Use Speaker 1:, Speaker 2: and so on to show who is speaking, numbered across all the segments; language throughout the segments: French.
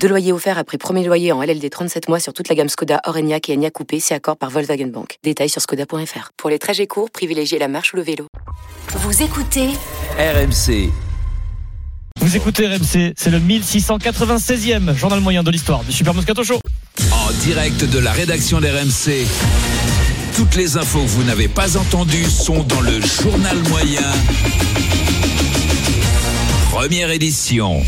Speaker 1: Deux loyers offerts après premier loyer en LLD 37 mois sur toute la gamme Skoda, Orenia et Enya Coupé, si accord par Volkswagen Bank. Détails sur skoda.fr. Pour les trajets courts, privilégiez la marche ou le vélo.
Speaker 2: Vous écoutez
Speaker 3: RMC.
Speaker 4: Vous écoutez RMC, c'est le 1696e journal moyen de l'histoire du Super Moscato Show.
Speaker 3: En direct de la rédaction d'RMC. Toutes les infos que vous n'avez pas entendues sont dans le journal moyen. Première édition.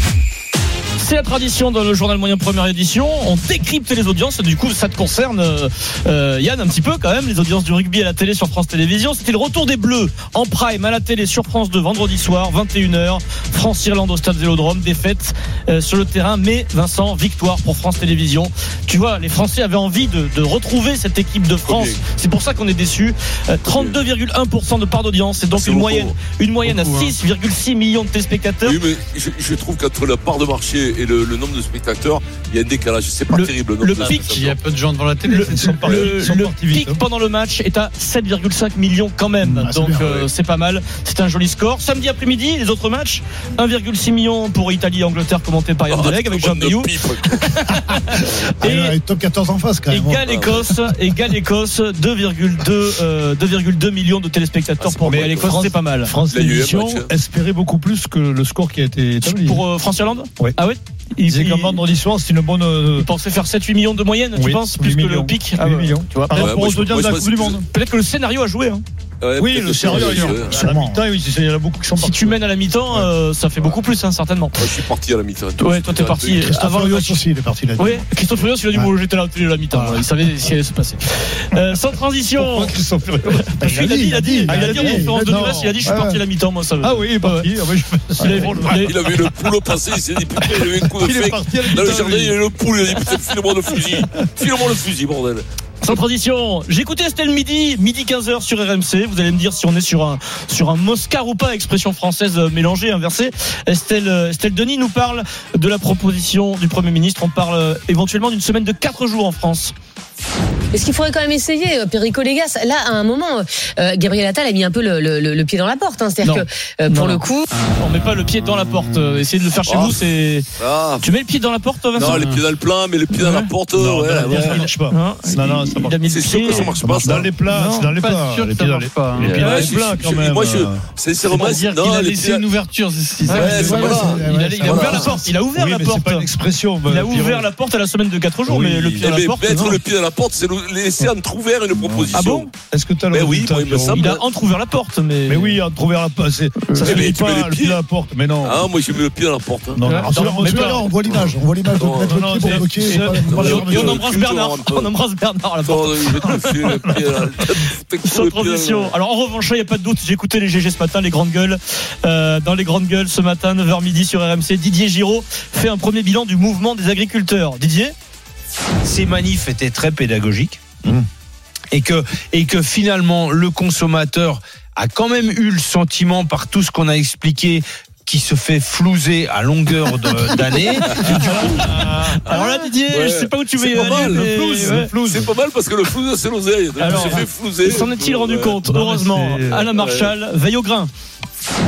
Speaker 4: C'est la tradition dans le journal moyen première édition. On décrypte les audiences. Du coup, ça te concerne, euh, euh, Yann, un petit peu quand même. Les audiences du rugby à la télé sur France Télévisions. C'était le retour des Bleus en prime à la télé sur France de vendredi soir, 21h. France-Irlande au stade Vélodrome. Défaite euh, sur le terrain. Mais Vincent, victoire pour France Télévisions. Tu vois, les Français avaient envie de, de retrouver cette équipe de France. C'est pour ça qu'on est déçus. Euh, 32,1% de part d'audience. C'est donc
Speaker 5: C'est
Speaker 4: une
Speaker 5: beaucoup,
Speaker 4: moyenne,
Speaker 5: hein.
Speaker 4: une moyenne à
Speaker 5: Beaucoup, hein.
Speaker 4: 6,6 millions de téléspectateurs.
Speaker 5: Oui, mais je, je trouve qu'entre la part de marché et le, le nombre de spectateurs, il y a un décalage. C'est pas
Speaker 4: Le-
Speaker 5: terrible.
Speaker 4: le
Speaker 5: nombre de
Speaker 4: pic,
Speaker 5: spectateurs.
Speaker 6: Il y a peu de gens devant la télé.
Speaker 4: le,
Speaker 6: ils sont partis-
Speaker 4: le-
Speaker 6: ils sont
Speaker 4: le
Speaker 6: partis vite,
Speaker 4: pic
Speaker 6: hein.
Speaker 4: pendant le match est à 7,5 millions quand même.
Speaker 6: Ah, c'est
Speaker 4: Donc
Speaker 6: bien,
Speaker 4: euh, c'est pas mal. C'est un joli score. Samedi après-midi, les autres matchs 1,6 million pour Italie et Angleterre commenté par Yann
Speaker 5: Ah,
Speaker 4: Deleg avec Jean
Speaker 5: nombre de
Speaker 4: Bayou.
Speaker 5: pipes.
Speaker 6: Ah,
Speaker 4: Et
Speaker 6: il y a top 14 en face quand même.
Speaker 4: Égal Écosse,
Speaker 6: euh,
Speaker 4: égal Écosse, 2,2 euh, 2,2 millions de téléspectateurs
Speaker 5: Ah, c'est
Speaker 4: pour
Speaker 5: pas
Speaker 4: égal
Speaker 5: mal,
Speaker 4: Écosse,
Speaker 6: France.
Speaker 4: c'est pas mal.
Speaker 6: France
Speaker 5: Là, il y a eu un
Speaker 6: Télévisions
Speaker 5: match, hein.
Speaker 6: espérait beaucoup plus que le score qui a été établi.
Speaker 4: Pour euh, France-Irlande
Speaker 6: Ouais.
Speaker 4: Ah ouais
Speaker 6: il
Speaker 4: Ils
Speaker 6: disait qu'en vendredi soir, c'est une bonne. euh,
Speaker 4: pensaient faire 7-8 millions de moyenne, tu
Speaker 6: oui,
Speaker 4: penses,
Speaker 6: huit
Speaker 4: plus que
Speaker 6: millions.
Speaker 4: le pic
Speaker 6: Huit
Speaker 4: Ah ouais.
Speaker 6: millions.
Speaker 4: Tu vois,
Speaker 6: Par
Speaker 5: Ouais,
Speaker 6: rapport
Speaker 5: moi,
Speaker 6: aux
Speaker 5: je-
Speaker 6: audiences
Speaker 5: moi,
Speaker 6: de la
Speaker 5: je
Speaker 6: Coupe du
Speaker 5: pense que
Speaker 6: Monde.
Speaker 4: Peut-être que le scénario a joué. hein.
Speaker 5: Ouais,
Speaker 6: Oui,
Speaker 5: peut-être
Speaker 6: le
Speaker 5: que c'est- euh,
Speaker 6: sérieux.
Speaker 5: ouais,
Speaker 6: Bah, À la mi-temps, oui, c'est- il y en a beaucoup qui sont
Speaker 4: Si
Speaker 6: partis.
Speaker 4: tu mènes à la mi-temps, euh, ça fait beaucoup plus, hein, certainement.
Speaker 5: Moi, je suis parti à la mi-temps.
Speaker 4: Ouais, toi t'es parti
Speaker 6: Christophe
Speaker 4: avant le
Speaker 6: Furios
Speaker 4: match.
Speaker 6: aussi, il est parti là.
Speaker 4: Oui, Christophe Furios, il a dit
Speaker 6: Ouais.
Speaker 4: bon, j'étais là au télé à la mi-temps. Il savait ce qui allait se passer. Euh, sans transition.
Speaker 6: Christophe Furios
Speaker 4: Parce qu'il a dit, il a dit, il a dit en conférence de
Speaker 6: non.
Speaker 4: presse, il a dit, je suis
Speaker 6: Ouais.
Speaker 4: parti à la mi-temps, moi, ça veut.
Speaker 6: Ah oui, il est parti. Ah oui, je-
Speaker 4: Il avait- il avait-
Speaker 5: Il a vu le poulot passer, il s'est dit putain, il a eu un coup de
Speaker 6: Il est
Speaker 5: fake.
Speaker 6: parti à la
Speaker 5: Dans le
Speaker 6: mi-temps,
Speaker 5: jardin,
Speaker 6: lui.
Speaker 5: il y a eu le poule, il a dit putain, file-moi le fusil. File-moi le fusil, bordel.
Speaker 4: Sans transition. J'écoutais c'était le midi, midi 15h sur RMC. Vous allez me dire si on est sur un, sur un Moscar ou pas, expression française euh, mélangée, inversée. Estelle, euh, Estelle Denis nous parle de la proposition du Premier ministre. On parle euh, éventuellement d'une semaine de 4 jours en France.
Speaker 7: Est-ce qu'il faudrait quand même essayer, euh, Perico Légas Là, à un moment, euh, Gabriel Attal a mis un peu le, le- le- le pied dans la porte. hein. C'est-à-dire
Speaker 4: Non.
Speaker 7: que, euh,
Speaker 4: Non,
Speaker 7: pour
Speaker 4: non.
Speaker 7: le coup,
Speaker 4: On met pas le pied dans la porte. Euh, Essayez de le faire chez
Speaker 5: Oh.
Speaker 4: vous, c'est.
Speaker 5: Ah,
Speaker 4: Tu mets le pied dans la porte, toi, Vincent
Speaker 5: non, les pieds dans le plein, mais les pieds dans la porte.
Speaker 6: Non,
Speaker 5: ouais,
Speaker 6: non,
Speaker 5: ouais.
Speaker 6: ça marche pas.
Speaker 4: Hein
Speaker 6: Non, non, ça
Speaker 4: Il a
Speaker 6: marche
Speaker 4: mis le
Speaker 5: C'est sûr
Speaker 4: pied.
Speaker 5: que ça marche pas,
Speaker 6: Dans
Speaker 5: ça.
Speaker 6: les plats,
Speaker 4: Non,
Speaker 6: c'est dans les
Speaker 4: pas
Speaker 6: plats.
Speaker 4: sûr que
Speaker 6: Les
Speaker 4: ça
Speaker 6: pieds dans
Speaker 4: marche
Speaker 6: les
Speaker 4: pas, hein.
Speaker 6: les pieds
Speaker 4: Ouais,
Speaker 6: dans les
Speaker 4: je-
Speaker 6: plats,
Speaker 5: je-
Speaker 6: quand
Speaker 5: je-
Speaker 6: même.
Speaker 5: moi, je-
Speaker 6: euh.
Speaker 5: Sincèrement, non, les pieds.
Speaker 6: ouverture.
Speaker 4: Ouais,
Speaker 5: Ouais, c'est
Speaker 4: voilà.
Speaker 5: pas
Speaker 4: Il a, il a
Speaker 5: Voilà.
Speaker 4: ouvert la porte. Il a ouvert la porte.
Speaker 6: C'est pas une expression.
Speaker 4: Il a ouvert la porte à la semaine de 4 jours,
Speaker 6: Oui.
Speaker 4: mais le
Speaker 5: Euh,
Speaker 4: pied
Speaker 5: Eh
Speaker 4: dans la
Speaker 5: ben,
Speaker 4: porte.
Speaker 5: mettre
Speaker 4: non.
Speaker 5: le pied dans la porte, c'est le- laisser entrouvert une proposition.
Speaker 4: Ah bon
Speaker 6: Est-ce que tu as le
Speaker 5: Ben oui,
Speaker 6: résultat,
Speaker 5: moi, il me
Speaker 6: Jérôme
Speaker 5: semble.
Speaker 4: Il a entrouvert la porte, mais.
Speaker 6: Mais oui, hein, on trouvera la porte. c'est- Ça
Speaker 5: Eh
Speaker 6: se
Speaker 5: ben,
Speaker 6: dit
Speaker 5: tu mets les
Speaker 6: pas le
Speaker 5: pieds.
Speaker 6: pied dans la porte. Mais non.
Speaker 5: Ah, moi, j'ai mis le pied dans la porte. hein.
Speaker 6: Non,
Speaker 4: Ouais.
Speaker 6: alors,
Speaker 4: Non,
Speaker 6: c'est leur
Speaker 4: mais
Speaker 6: mesure.
Speaker 4: pas-
Speaker 8: on voit l'image, on voit l'image de
Speaker 5: Non,
Speaker 8: mettre
Speaker 6: non,
Speaker 8: le pied
Speaker 6: c'est-
Speaker 8: pour bloquer.
Speaker 6: c'est-
Speaker 8: pas-
Speaker 5: Non,
Speaker 8: pas
Speaker 5: mais
Speaker 8: la
Speaker 5: on-
Speaker 4: Et
Speaker 8: fermeture.
Speaker 4: on
Speaker 5: Culture,
Speaker 4: embrasse
Speaker 5: un
Speaker 4: Bernard.
Speaker 5: peu.
Speaker 4: On embrasse Bernard à la porte.
Speaker 5: Attends, Oh, je vais te filer le pied dans la-
Speaker 4: Sans transition. Alors en revanche, il n'y a pas de doute. J'ai écouté les GG ce matin, les grandes gueules. Euh, dans les grandes gueules ce matin, 9h midi sur RMC, Didier Giraud fait un premier bilan du mouvement des agriculteurs. Didier
Speaker 9: ces manifs étaient très pédagogiques
Speaker 6: Mmh.
Speaker 9: et que et que finalement le consommateur a quand même eu le sentiment par tout ce qu'on a expliqué qui se fait flouser à longueur de- d'année.
Speaker 4: Alors là, Didier,
Speaker 5: Ah. Ouais.
Speaker 4: Ah, je sais pas où tu veux
Speaker 5: C'est
Speaker 4: y
Speaker 5: pas
Speaker 4: aller.
Speaker 5: mal, le
Speaker 4: mais-
Speaker 5: flouze,
Speaker 4: ouais.
Speaker 5: C'est pas mal parce que le flouze, c'est l'oseille. Donc,
Speaker 4: Alors,
Speaker 5: il s'est fait flouser.
Speaker 4: S'en est-il rendu
Speaker 5: Ouais.
Speaker 4: compte
Speaker 6: Non, mais
Speaker 4: Heureusement,
Speaker 6: c'est-
Speaker 4: Alain Marchal veille au grain.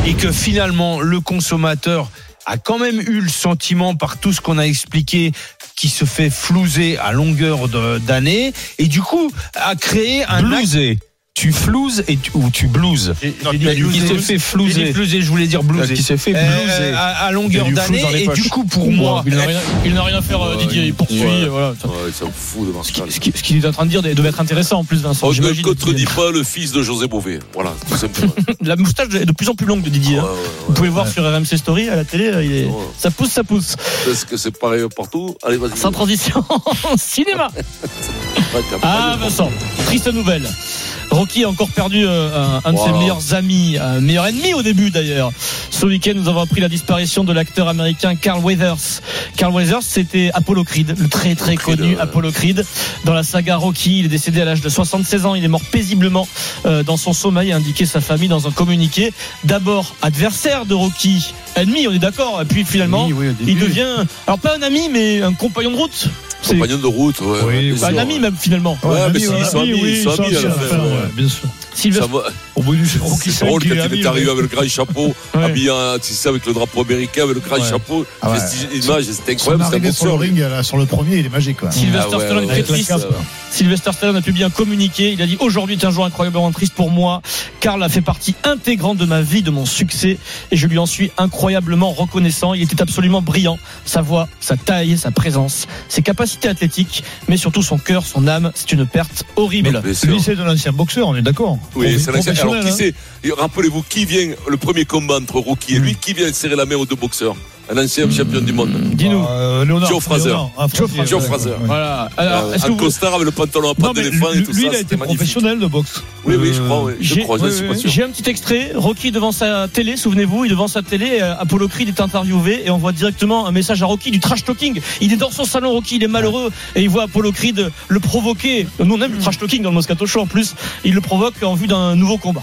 Speaker 9: et que finalement le consommateur a quand même eu le sentiment par tout ce qu'on a expliqué qui se fait flouser à longueur de- d'année et du coup a créé un blouser tu flouses et ou tu blouses qui se fait flouser je voulais dire blouser qui se
Speaker 6: Eh,
Speaker 9: fait
Speaker 6: blouser.
Speaker 9: Euh, à, à longueur
Speaker 6: Il y a du flouze
Speaker 9: d'année
Speaker 6: dans les
Speaker 9: et
Speaker 6: poches.
Speaker 9: du coup pour moi
Speaker 4: Il n'a rien, il n'a rien à faire, euh, Didier. Il poursuit.
Speaker 5: Ouais.
Speaker 4: Voilà.
Speaker 5: Ouais, ça me fout de
Speaker 4: Ce qui-
Speaker 5: Martial.
Speaker 4: ce qui- ce qu'il est en train de dire devait être intéressant en plus, Vincent.
Speaker 5: Oh, je ne
Speaker 4: j'imagine.
Speaker 5: contredis pas le fils de José Bové. Voilà, tout simplement.
Speaker 4: La moustache est de plus en plus longue de Didier.
Speaker 5: Ouais,
Speaker 4: hein.
Speaker 5: ouais,
Speaker 4: Vous
Speaker 5: ouais.
Speaker 4: pouvez le voir sur RMC Story à la télé, il est-
Speaker 5: Ouais.
Speaker 4: ça pousse, ça pousse.
Speaker 5: Est-ce que c'est pareil partout Allez, vas-y.
Speaker 4: Sans transition, cinéma.
Speaker 5: Ouais, t'as pas
Speaker 4: Ah
Speaker 5: de-
Speaker 4: Vincent, triste nouvelle. Rocky a encore perdu euh, un, un de ses
Speaker 5: Wow.
Speaker 4: meilleurs amis, un meilleur ennemi au début d'ailleurs. Ce week-end, nous avons appris la disparition de l'acteur américain Carl Weathers. Carl Weathers, c'était Apollo Creed, le très très
Speaker 5: Creed,
Speaker 4: connu
Speaker 5: ouais.
Speaker 4: Apollo Creed. Dans la saga Rocky, il est décédé à l'âge de 76 ans. Il est mort paisiblement euh, dans son sommeil, a indiqué sa famille dans un communiqué. D'abord adversaire de Rocky, ennemi, on est d'accord. Et puis finalement,
Speaker 9: Oui, oui, au
Speaker 4: il
Speaker 9: début.
Speaker 4: devient, alors pas un ami, mais un compagnon de route. C'est
Speaker 5: Compagnon de route, ouais.
Speaker 6: Oui,
Speaker 5: bien
Speaker 6: oui.
Speaker 4: pas un
Speaker 5: sûr.
Speaker 4: ami même finalement.
Speaker 5: Ouais,
Speaker 6: un
Speaker 5: mais
Speaker 6: ami,
Speaker 5: si, ils sont
Speaker 6: un
Speaker 5: amis, ils sont amis, à la
Speaker 6: enfin,
Speaker 5: fin,
Speaker 6: ouais, bien sûr.
Speaker 4: Sylvester
Speaker 5: Ça va-
Speaker 6: Au bout du jour, qui
Speaker 5: C'est drôle
Speaker 6: qu'il
Speaker 5: quand il
Speaker 6: est ami,
Speaker 5: est arrivé avec le grand chapeau,
Speaker 4: Ouais.
Speaker 5: habillé en- tu sais, avec le drapeau américain, avec le grand
Speaker 4: Ouais.
Speaker 5: chapeau.
Speaker 6: Ah ouais.
Speaker 5: Vestige- Image, c'était
Speaker 6: Son
Speaker 5: incroyable, c'était un
Speaker 6: arrivée
Speaker 5: bon
Speaker 6: sur le
Speaker 5: sort.
Speaker 6: ring, là, sur le premier, il est magique. Quoi.
Speaker 4: Sylvester
Speaker 5: Ah ouais,
Speaker 4: Stallone,
Speaker 5: ouais,
Speaker 4: très
Speaker 6: Avec la
Speaker 4: triste.
Speaker 6: cape, quoi.
Speaker 4: Sylvester Stallone a publié un communiqué. Il a dit aujourd'hui est un jour incroyablement triste pour moi. Karl a fait partie intégrante de ma vie, de mon succès, et je lui en suis incroyablement reconnaissant. Il était absolument brillant. Sa voix, sa taille, sa présence, ses capacités athlétiques, mais surtout son cœur, son âme. C'est une perte horrible.
Speaker 5: Bien sûr.
Speaker 6: Lui, c'est de l'ancien boxeur, on est d'accord.
Speaker 5: Oui, c'est l'ancien.
Speaker 6: Professionnel,
Speaker 5: Alors, qui
Speaker 6: hein.
Speaker 5: c'est et Rappelez-vous, qui vient, le premier combat entre Rocky et lui, qui vient serrer la main aux deux boxeurs Un ancien champion du monde. Ah.
Speaker 4: Dis-nous.
Speaker 6: Euh, Léonard.
Speaker 5: Joe Fraser.
Speaker 6: Léonard. Ah,
Speaker 4: Joe
Speaker 6: Fraser,
Speaker 5: Joe
Speaker 6: ouais,
Speaker 5: Fraser.
Speaker 6: ouais.
Speaker 4: Voilà. Alors,
Speaker 5: Euh,
Speaker 4: est-ce que
Speaker 5: un
Speaker 4: vous...
Speaker 5: costard avec le pantalon à
Speaker 6: Non,
Speaker 5: pattes
Speaker 6: mais
Speaker 5: d'éléphant et
Speaker 6: lui,
Speaker 5: tout
Speaker 6: lui,
Speaker 5: ça,
Speaker 6: il a
Speaker 5: c'était
Speaker 6: été
Speaker 5: magnifique.
Speaker 6: professionnel de boxe.
Speaker 5: Oui, oui, je
Speaker 6: Euh,
Speaker 5: crois, oui. je
Speaker 4: J'ai
Speaker 5: crois, je
Speaker 4: oui,
Speaker 5: suis
Speaker 4: oui,
Speaker 5: pas
Speaker 4: oui.
Speaker 5: sûr.
Speaker 4: J'ai un petit extrait. Rocky devant sa télé, souvenez-vous, il est devant sa télé, euh, Apollo Creed est interviewé et on voit directement un message à Rocky du trash talking. Il est dans son salon, Rocky, il est malheureux et il voit Apollo Creed le provoquer. Nous on aime le trash talking dans le Moscato Show en plus. Il le provoque en vue d'un nouveau combat.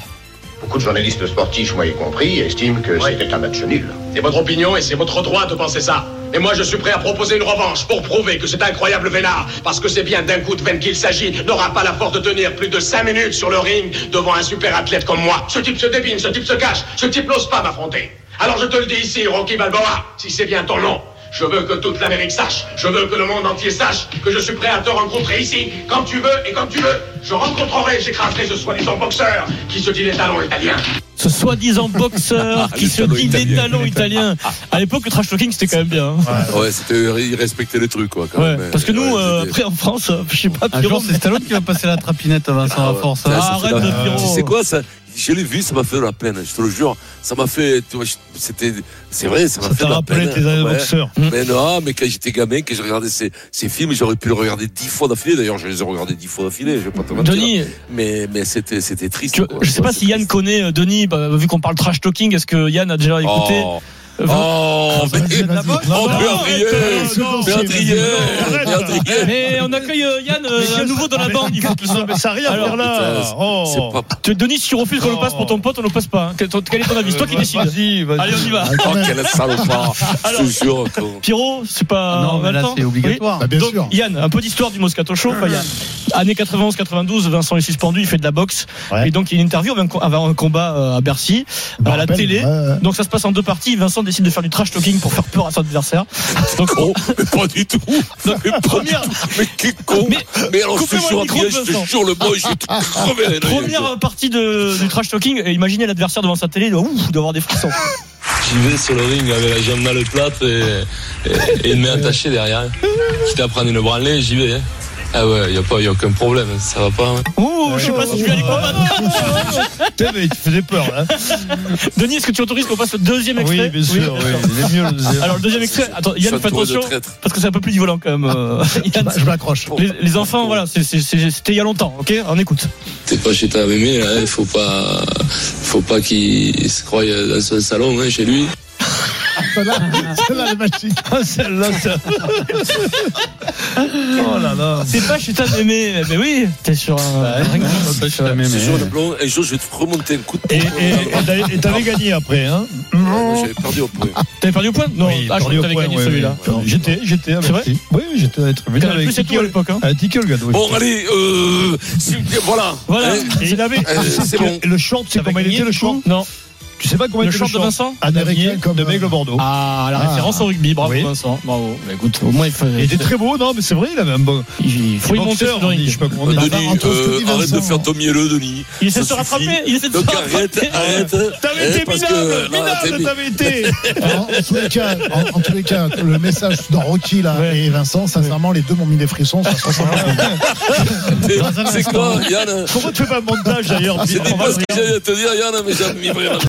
Speaker 2: Beaucoup de journalistes sportifs, moi y compris, estiment que c'était un match nul. C'est votre opinion et c'est votre droit de penser ça. Et moi, je suis prêt à proposer une revanche pour prouver que cet incroyable vénard, parce que c'est bien d'un coup de veine qu'il s'agit, n'aura pas la force de tenir plus de 5 minutes sur le ring devant un super athlète comme moi. Ce type se débine, ce type se cache, ce type n'ose pas m'affronter. Alors je te le dis ici, Rocky Balboa, si c'est bien ton nom. Je veux que toute l'Amérique sache, je veux que le monde entier sache que je suis prêt à te rencontrer ici, quand tu veux et quand tu veux. Je rencontrerai, j'écraserai ce soi-disant boxeur qui se dit les talons italiens.
Speaker 4: Ce soi-disant boxeur qui
Speaker 5: Le
Speaker 4: se
Speaker 5: talon
Speaker 4: dit des
Speaker 5: italien.
Speaker 4: talons italiens. À l'époque, le trash talking c'était quand même bien. hein.
Speaker 5: Ouais, c'était, euh, il respectait les trucs, quoi. Quand
Speaker 4: Ouais,
Speaker 5: même.
Speaker 4: parce que nous,
Speaker 5: Ouais,
Speaker 4: euh,
Speaker 5: c'était-
Speaker 4: après en France, euh, je sais pas,
Speaker 8: Un
Speaker 4: Pierrot,
Speaker 8: jour, c'est Stallone qui va passer la trapinette à Vincent
Speaker 5: Ah
Speaker 8: à
Speaker 5: ouais.
Speaker 8: force.
Speaker 5: Ça,
Speaker 8: hein.
Speaker 5: ça,
Speaker 4: arrête
Speaker 5: c'est
Speaker 4: de
Speaker 5: la-
Speaker 4: dire, oh.
Speaker 5: Tu sais quoi, ça, je l'ai vu, ça m'a fait de la peine, je te le jure. Ça m'a fait, tu vois, je- c'était, c'est vrai, ça m'a
Speaker 6: Ça
Speaker 5: fait
Speaker 6: t'a
Speaker 5: de la
Speaker 6: rappelé
Speaker 5: peine. hein.
Speaker 6: tes années de
Speaker 5: Ouais.
Speaker 6: boxeur.
Speaker 5: Mais non, mais quand j'étais gamin, que je regardais ces, ces films, j'aurais pu le regarder dix fois d'affilée. D'ailleurs, je les ai regardés dix fois d'affilée, je vais pas te mentir.
Speaker 4: Denis,
Speaker 5: Mais, mais c'était, c'était triste.
Speaker 4: tu-
Speaker 5: quoi.
Speaker 4: je sais
Speaker 5: Ouais,
Speaker 4: pas
Speaker 5: c'est
Speaker 4: si Yann
Speaker 5: triste.
Speaker 4: connaît euh, Denis, bah, vu qu'on parle trash talking, est-ce que Yann a déjà écouté
Speaker 5: Oh,
Speaker 4: euh,
Speaker 5: oh,
Speaker 6: Ah, vas-y,
Speaker 5: mais-
Speaker 6: vas-y.
Speaker 5: oh,
Speaker 4: non,
Speaker 5: Béandrier,
Speaker 6: arrête, non,
Speaker 5: Béandrier,
Speaker 6: non, arrête.
Speaker 5: Béandrier.
Speaker 4: Mais on accueille euh, Yann euh, à nouveau dans la bande. Il faut que
Speaker 6: Non, mais ça n'a rien à
Speaker 4: Alors,
Speaker 6: faire là.
Speaker 5: putain,
Speaker 6: Oh.
Speaker 5: C'est pas.
Speaker 4: Tu- Denis, si tu refuses qu'on le passe pour ton pote, on le passe pas. hein. Quel quel est ton avis C'est toi
Speaker 9: Euh,
Speaker 4: qui
Speaker 9: bah,
Speaker 4: décides.
Speaker 6: Vas-y, vas-y.
Speaker 4: Allez, on y va.
Speaker 5: Oh, quel salopard. Je te jure, quoi.
Speaker 4: Pierrot, c'est
Speaker 9: Ah
Speaker 4: pas.
Speaker 8: Non,
Speaker 4: on a
Speaker 8: mais
Speaker 4: le
Speaker 8: là,
Speaker 4: temps
Speaker 8: c'est obligatoire.
Speaker 6: Bah, bien
Speaker 4: Euh, Donc,
Speaker 6: sûr.
Speaker 4: Yann, un peu d'histoire du Moscato Show. Enfin, Yann, années 91-92, Vincent est suspendu, il fait de la boxe.
Speaker 6: Ouais.
Speaker 4: Et donc, il y a une interview avant un co- avant un combat euh, à Bercy,
Speaker 6: Je me
Speaker 4: à la
Speaker 6: rappelle,
Speaker 4: télé.
Speaker 6: ouais, ouais.
Speaker 4: Donc, ça se passe en deux parties. Vincent décide de faire du trash talking pour faire peur à son adversaire. Donc,
Speaker 5: Con, Oh, mais pas du tout. Mais pas du
Speaker 4: première,
Speaker 5: tout. Mais qui con.
Speaker 4: Mais-
Speaker 5: Mais alors, ce
Speaker 4: coupez-moi
Speaker 5: jour,
Speaker 4: le micro de
Speaker 5: Adrien, je
Speaker 4: Vincent.
Speaker 5: te jure, le boy, je vais te crever les oreilles.
Speaker 4: première partie euh, de, du trash talking. Et imaginez l'adversaire devant sa télé, il doit, ouf, doit avoir des frissons.
Speaker 10: J'y vais sur le ring avec la jambe dans le plâtre et, et, et une main attachée derrière. Quitte à prendre une branlée, j'y vais. hein. Ah ouais, y a, pas, y a aucun problème, ça va pas. hein.
Speaker 4: Ouh, je sais pas si je vais aller combattre.
Speaker 6: Putain, mais tu faisais peur là.
Speaker 4: Denis, est-ce que tu autorises qu'on passe le deuxième extrait
Speaker 6: Oui, bien sûr.
Speaker 4: Oui,
Speaker 6: oui, Il est mieux le deuxième.
Speaker 4: Alors le deuxième extrait, attends, Yann, fais
Speaker 5: Entouré de
Speaker 4: attention,
Speaker 5: traîtres.
Speaker 4: parce que c'est un peu plus du volant quand même.
Speaker 6: Ah,
Speaker 4: euh, Yann.
Speaker 6: Je m'accroche.
Speaker 4: les, les enfants, voilà, c'est- c'est- c'est- c'était il y a longtemps, ok On écoute.
Speaker 10: T'es pas chez ta mémé, là, hein, faut pas, faut pas qu'il se croie dans son salon, hein, chez lui.
Speaker 6: Celle-là, elle est magique. Ah, Celle-là, ça- Oh là là. Ah,
Speaker 4: C'est pas chez ta mémé, mais oui, t'es sur un.
Speaker 8: Ça, je suis la même,
Speaker 5: Ce
Speaker 8: mais-
Speaker 5: jour, le blond, un jour, je vais te remonter un coup de
Speaker 6: Et-
Speaker 5: poing.
Speaker 6: Et et t'avais- et t'avais gagné après, hein
Speaker 5: Non, J'avais perdu au point.
Speaker 4: T'avais perdu au point Non,
Speaker 6: Oui,
Speaker 4: ah, je crois
Speaker 6: perdu
Speaker 4: que
Speaker 6: au
Speaker 4: t'avais
Speaker 6: point,
Speaker 4: gagné
Speaker 6: oui,
Speaker 4: celui-là.
Speaker 6: oui. J'étais, j'étais avec.
Speaker 4: C'est vrai
Speaker 6: Oui, oui, j'étais à la tribune
Speaker 4: Canal
Speaker 6: avec
Speaker 4: Plus et tout à
Speaker 6: Tickle.
Speaker 4: l'époque. hein.
Speaker 6: Ah, Tickle Gadouille.
Speaker 5: Bon, allez, euh, si- voilà.
Speaker 4: Voilà.
Speaker 5: Hein,
Speaker 6: Et il avait.
Speaker 5: Euh, c'est bon.
Speaker 6: Le short,
Speaker 4: Eh,
Speaker 6: c'est
Speaker 4: T'avais
Speaker 6: comment il
Speaker 4: gagné,
Speaker 6: était le
Speaker 4: du coup
Speaker 6: short
Speaker 4: Non.
Speaker 6: Tu sais pas comment
Speaker 4: Le
Speaker 6: il était
Speaker 4: short de Vincent
Speaker 6: Américain comme de Maigle Bordeaux.
Speaker 4: Ah, la
Speaker 6: Ah.
Speaker 4: référence au rugby, bravo
Speaker 6: Oui.
Speaker 4: Vincent, bravo. Bah, écoute, au moins il faut.
Speaker 6: Il était très beau, non, mais c'est vrai, il avait un bon.
Speaker 4: Il faut y monter
Speaker 6: boxeur,
Speaker 4: sur le
Speaker 6: on dit, je
Speaker 4: ring.
Speaker 6: sais pas comment on
Speaker 5: Euh,
Speaker 6: dit.
Speaker 5: Denis,
Speaker 6: Entre ce que
Speaker 5: euh,
Speaker 6: dit
Speaker 5: arrête de
Speaker 6: Vincent.
Speaker 5: faire ton mielleux, Denis.
Speaker 4: Il essaie de
Speaker 5: Ça
Speaker 4: se rattraper,
Speaker 5: suffit.
Speaker 4: il essaie de se
Speaker 5: Donc
Speaker 4: rattraper.
Speaker 5: arrête, arrête.
Speaker 4: T'avais
Speaker 5: Hein,
Speaker 4: été
Speaker 5: parce
Speaker 4: minable,
Speaker 5: que- non, t'es
Speaker 4: minable
Speaker 5: mi-
Speaker 4: t'avais été.
Speaker 6: Alors, en, tous les cas, en, en tous les cas, le message dans Rocky là,
Speaker 4: Ouais.
Speaker 6: et Vincent, sincèrement, les deux m'ont mis des frissons. Ça se ressemble.
Speaker 5: t'es- C'est quoi, Yann
Speaker 6: Pourquoi tu fais pas montage d'ailleurs
Speaker 5: C'était pas ce que j'allais te dire, Yann, mais j'ai mis vraiment.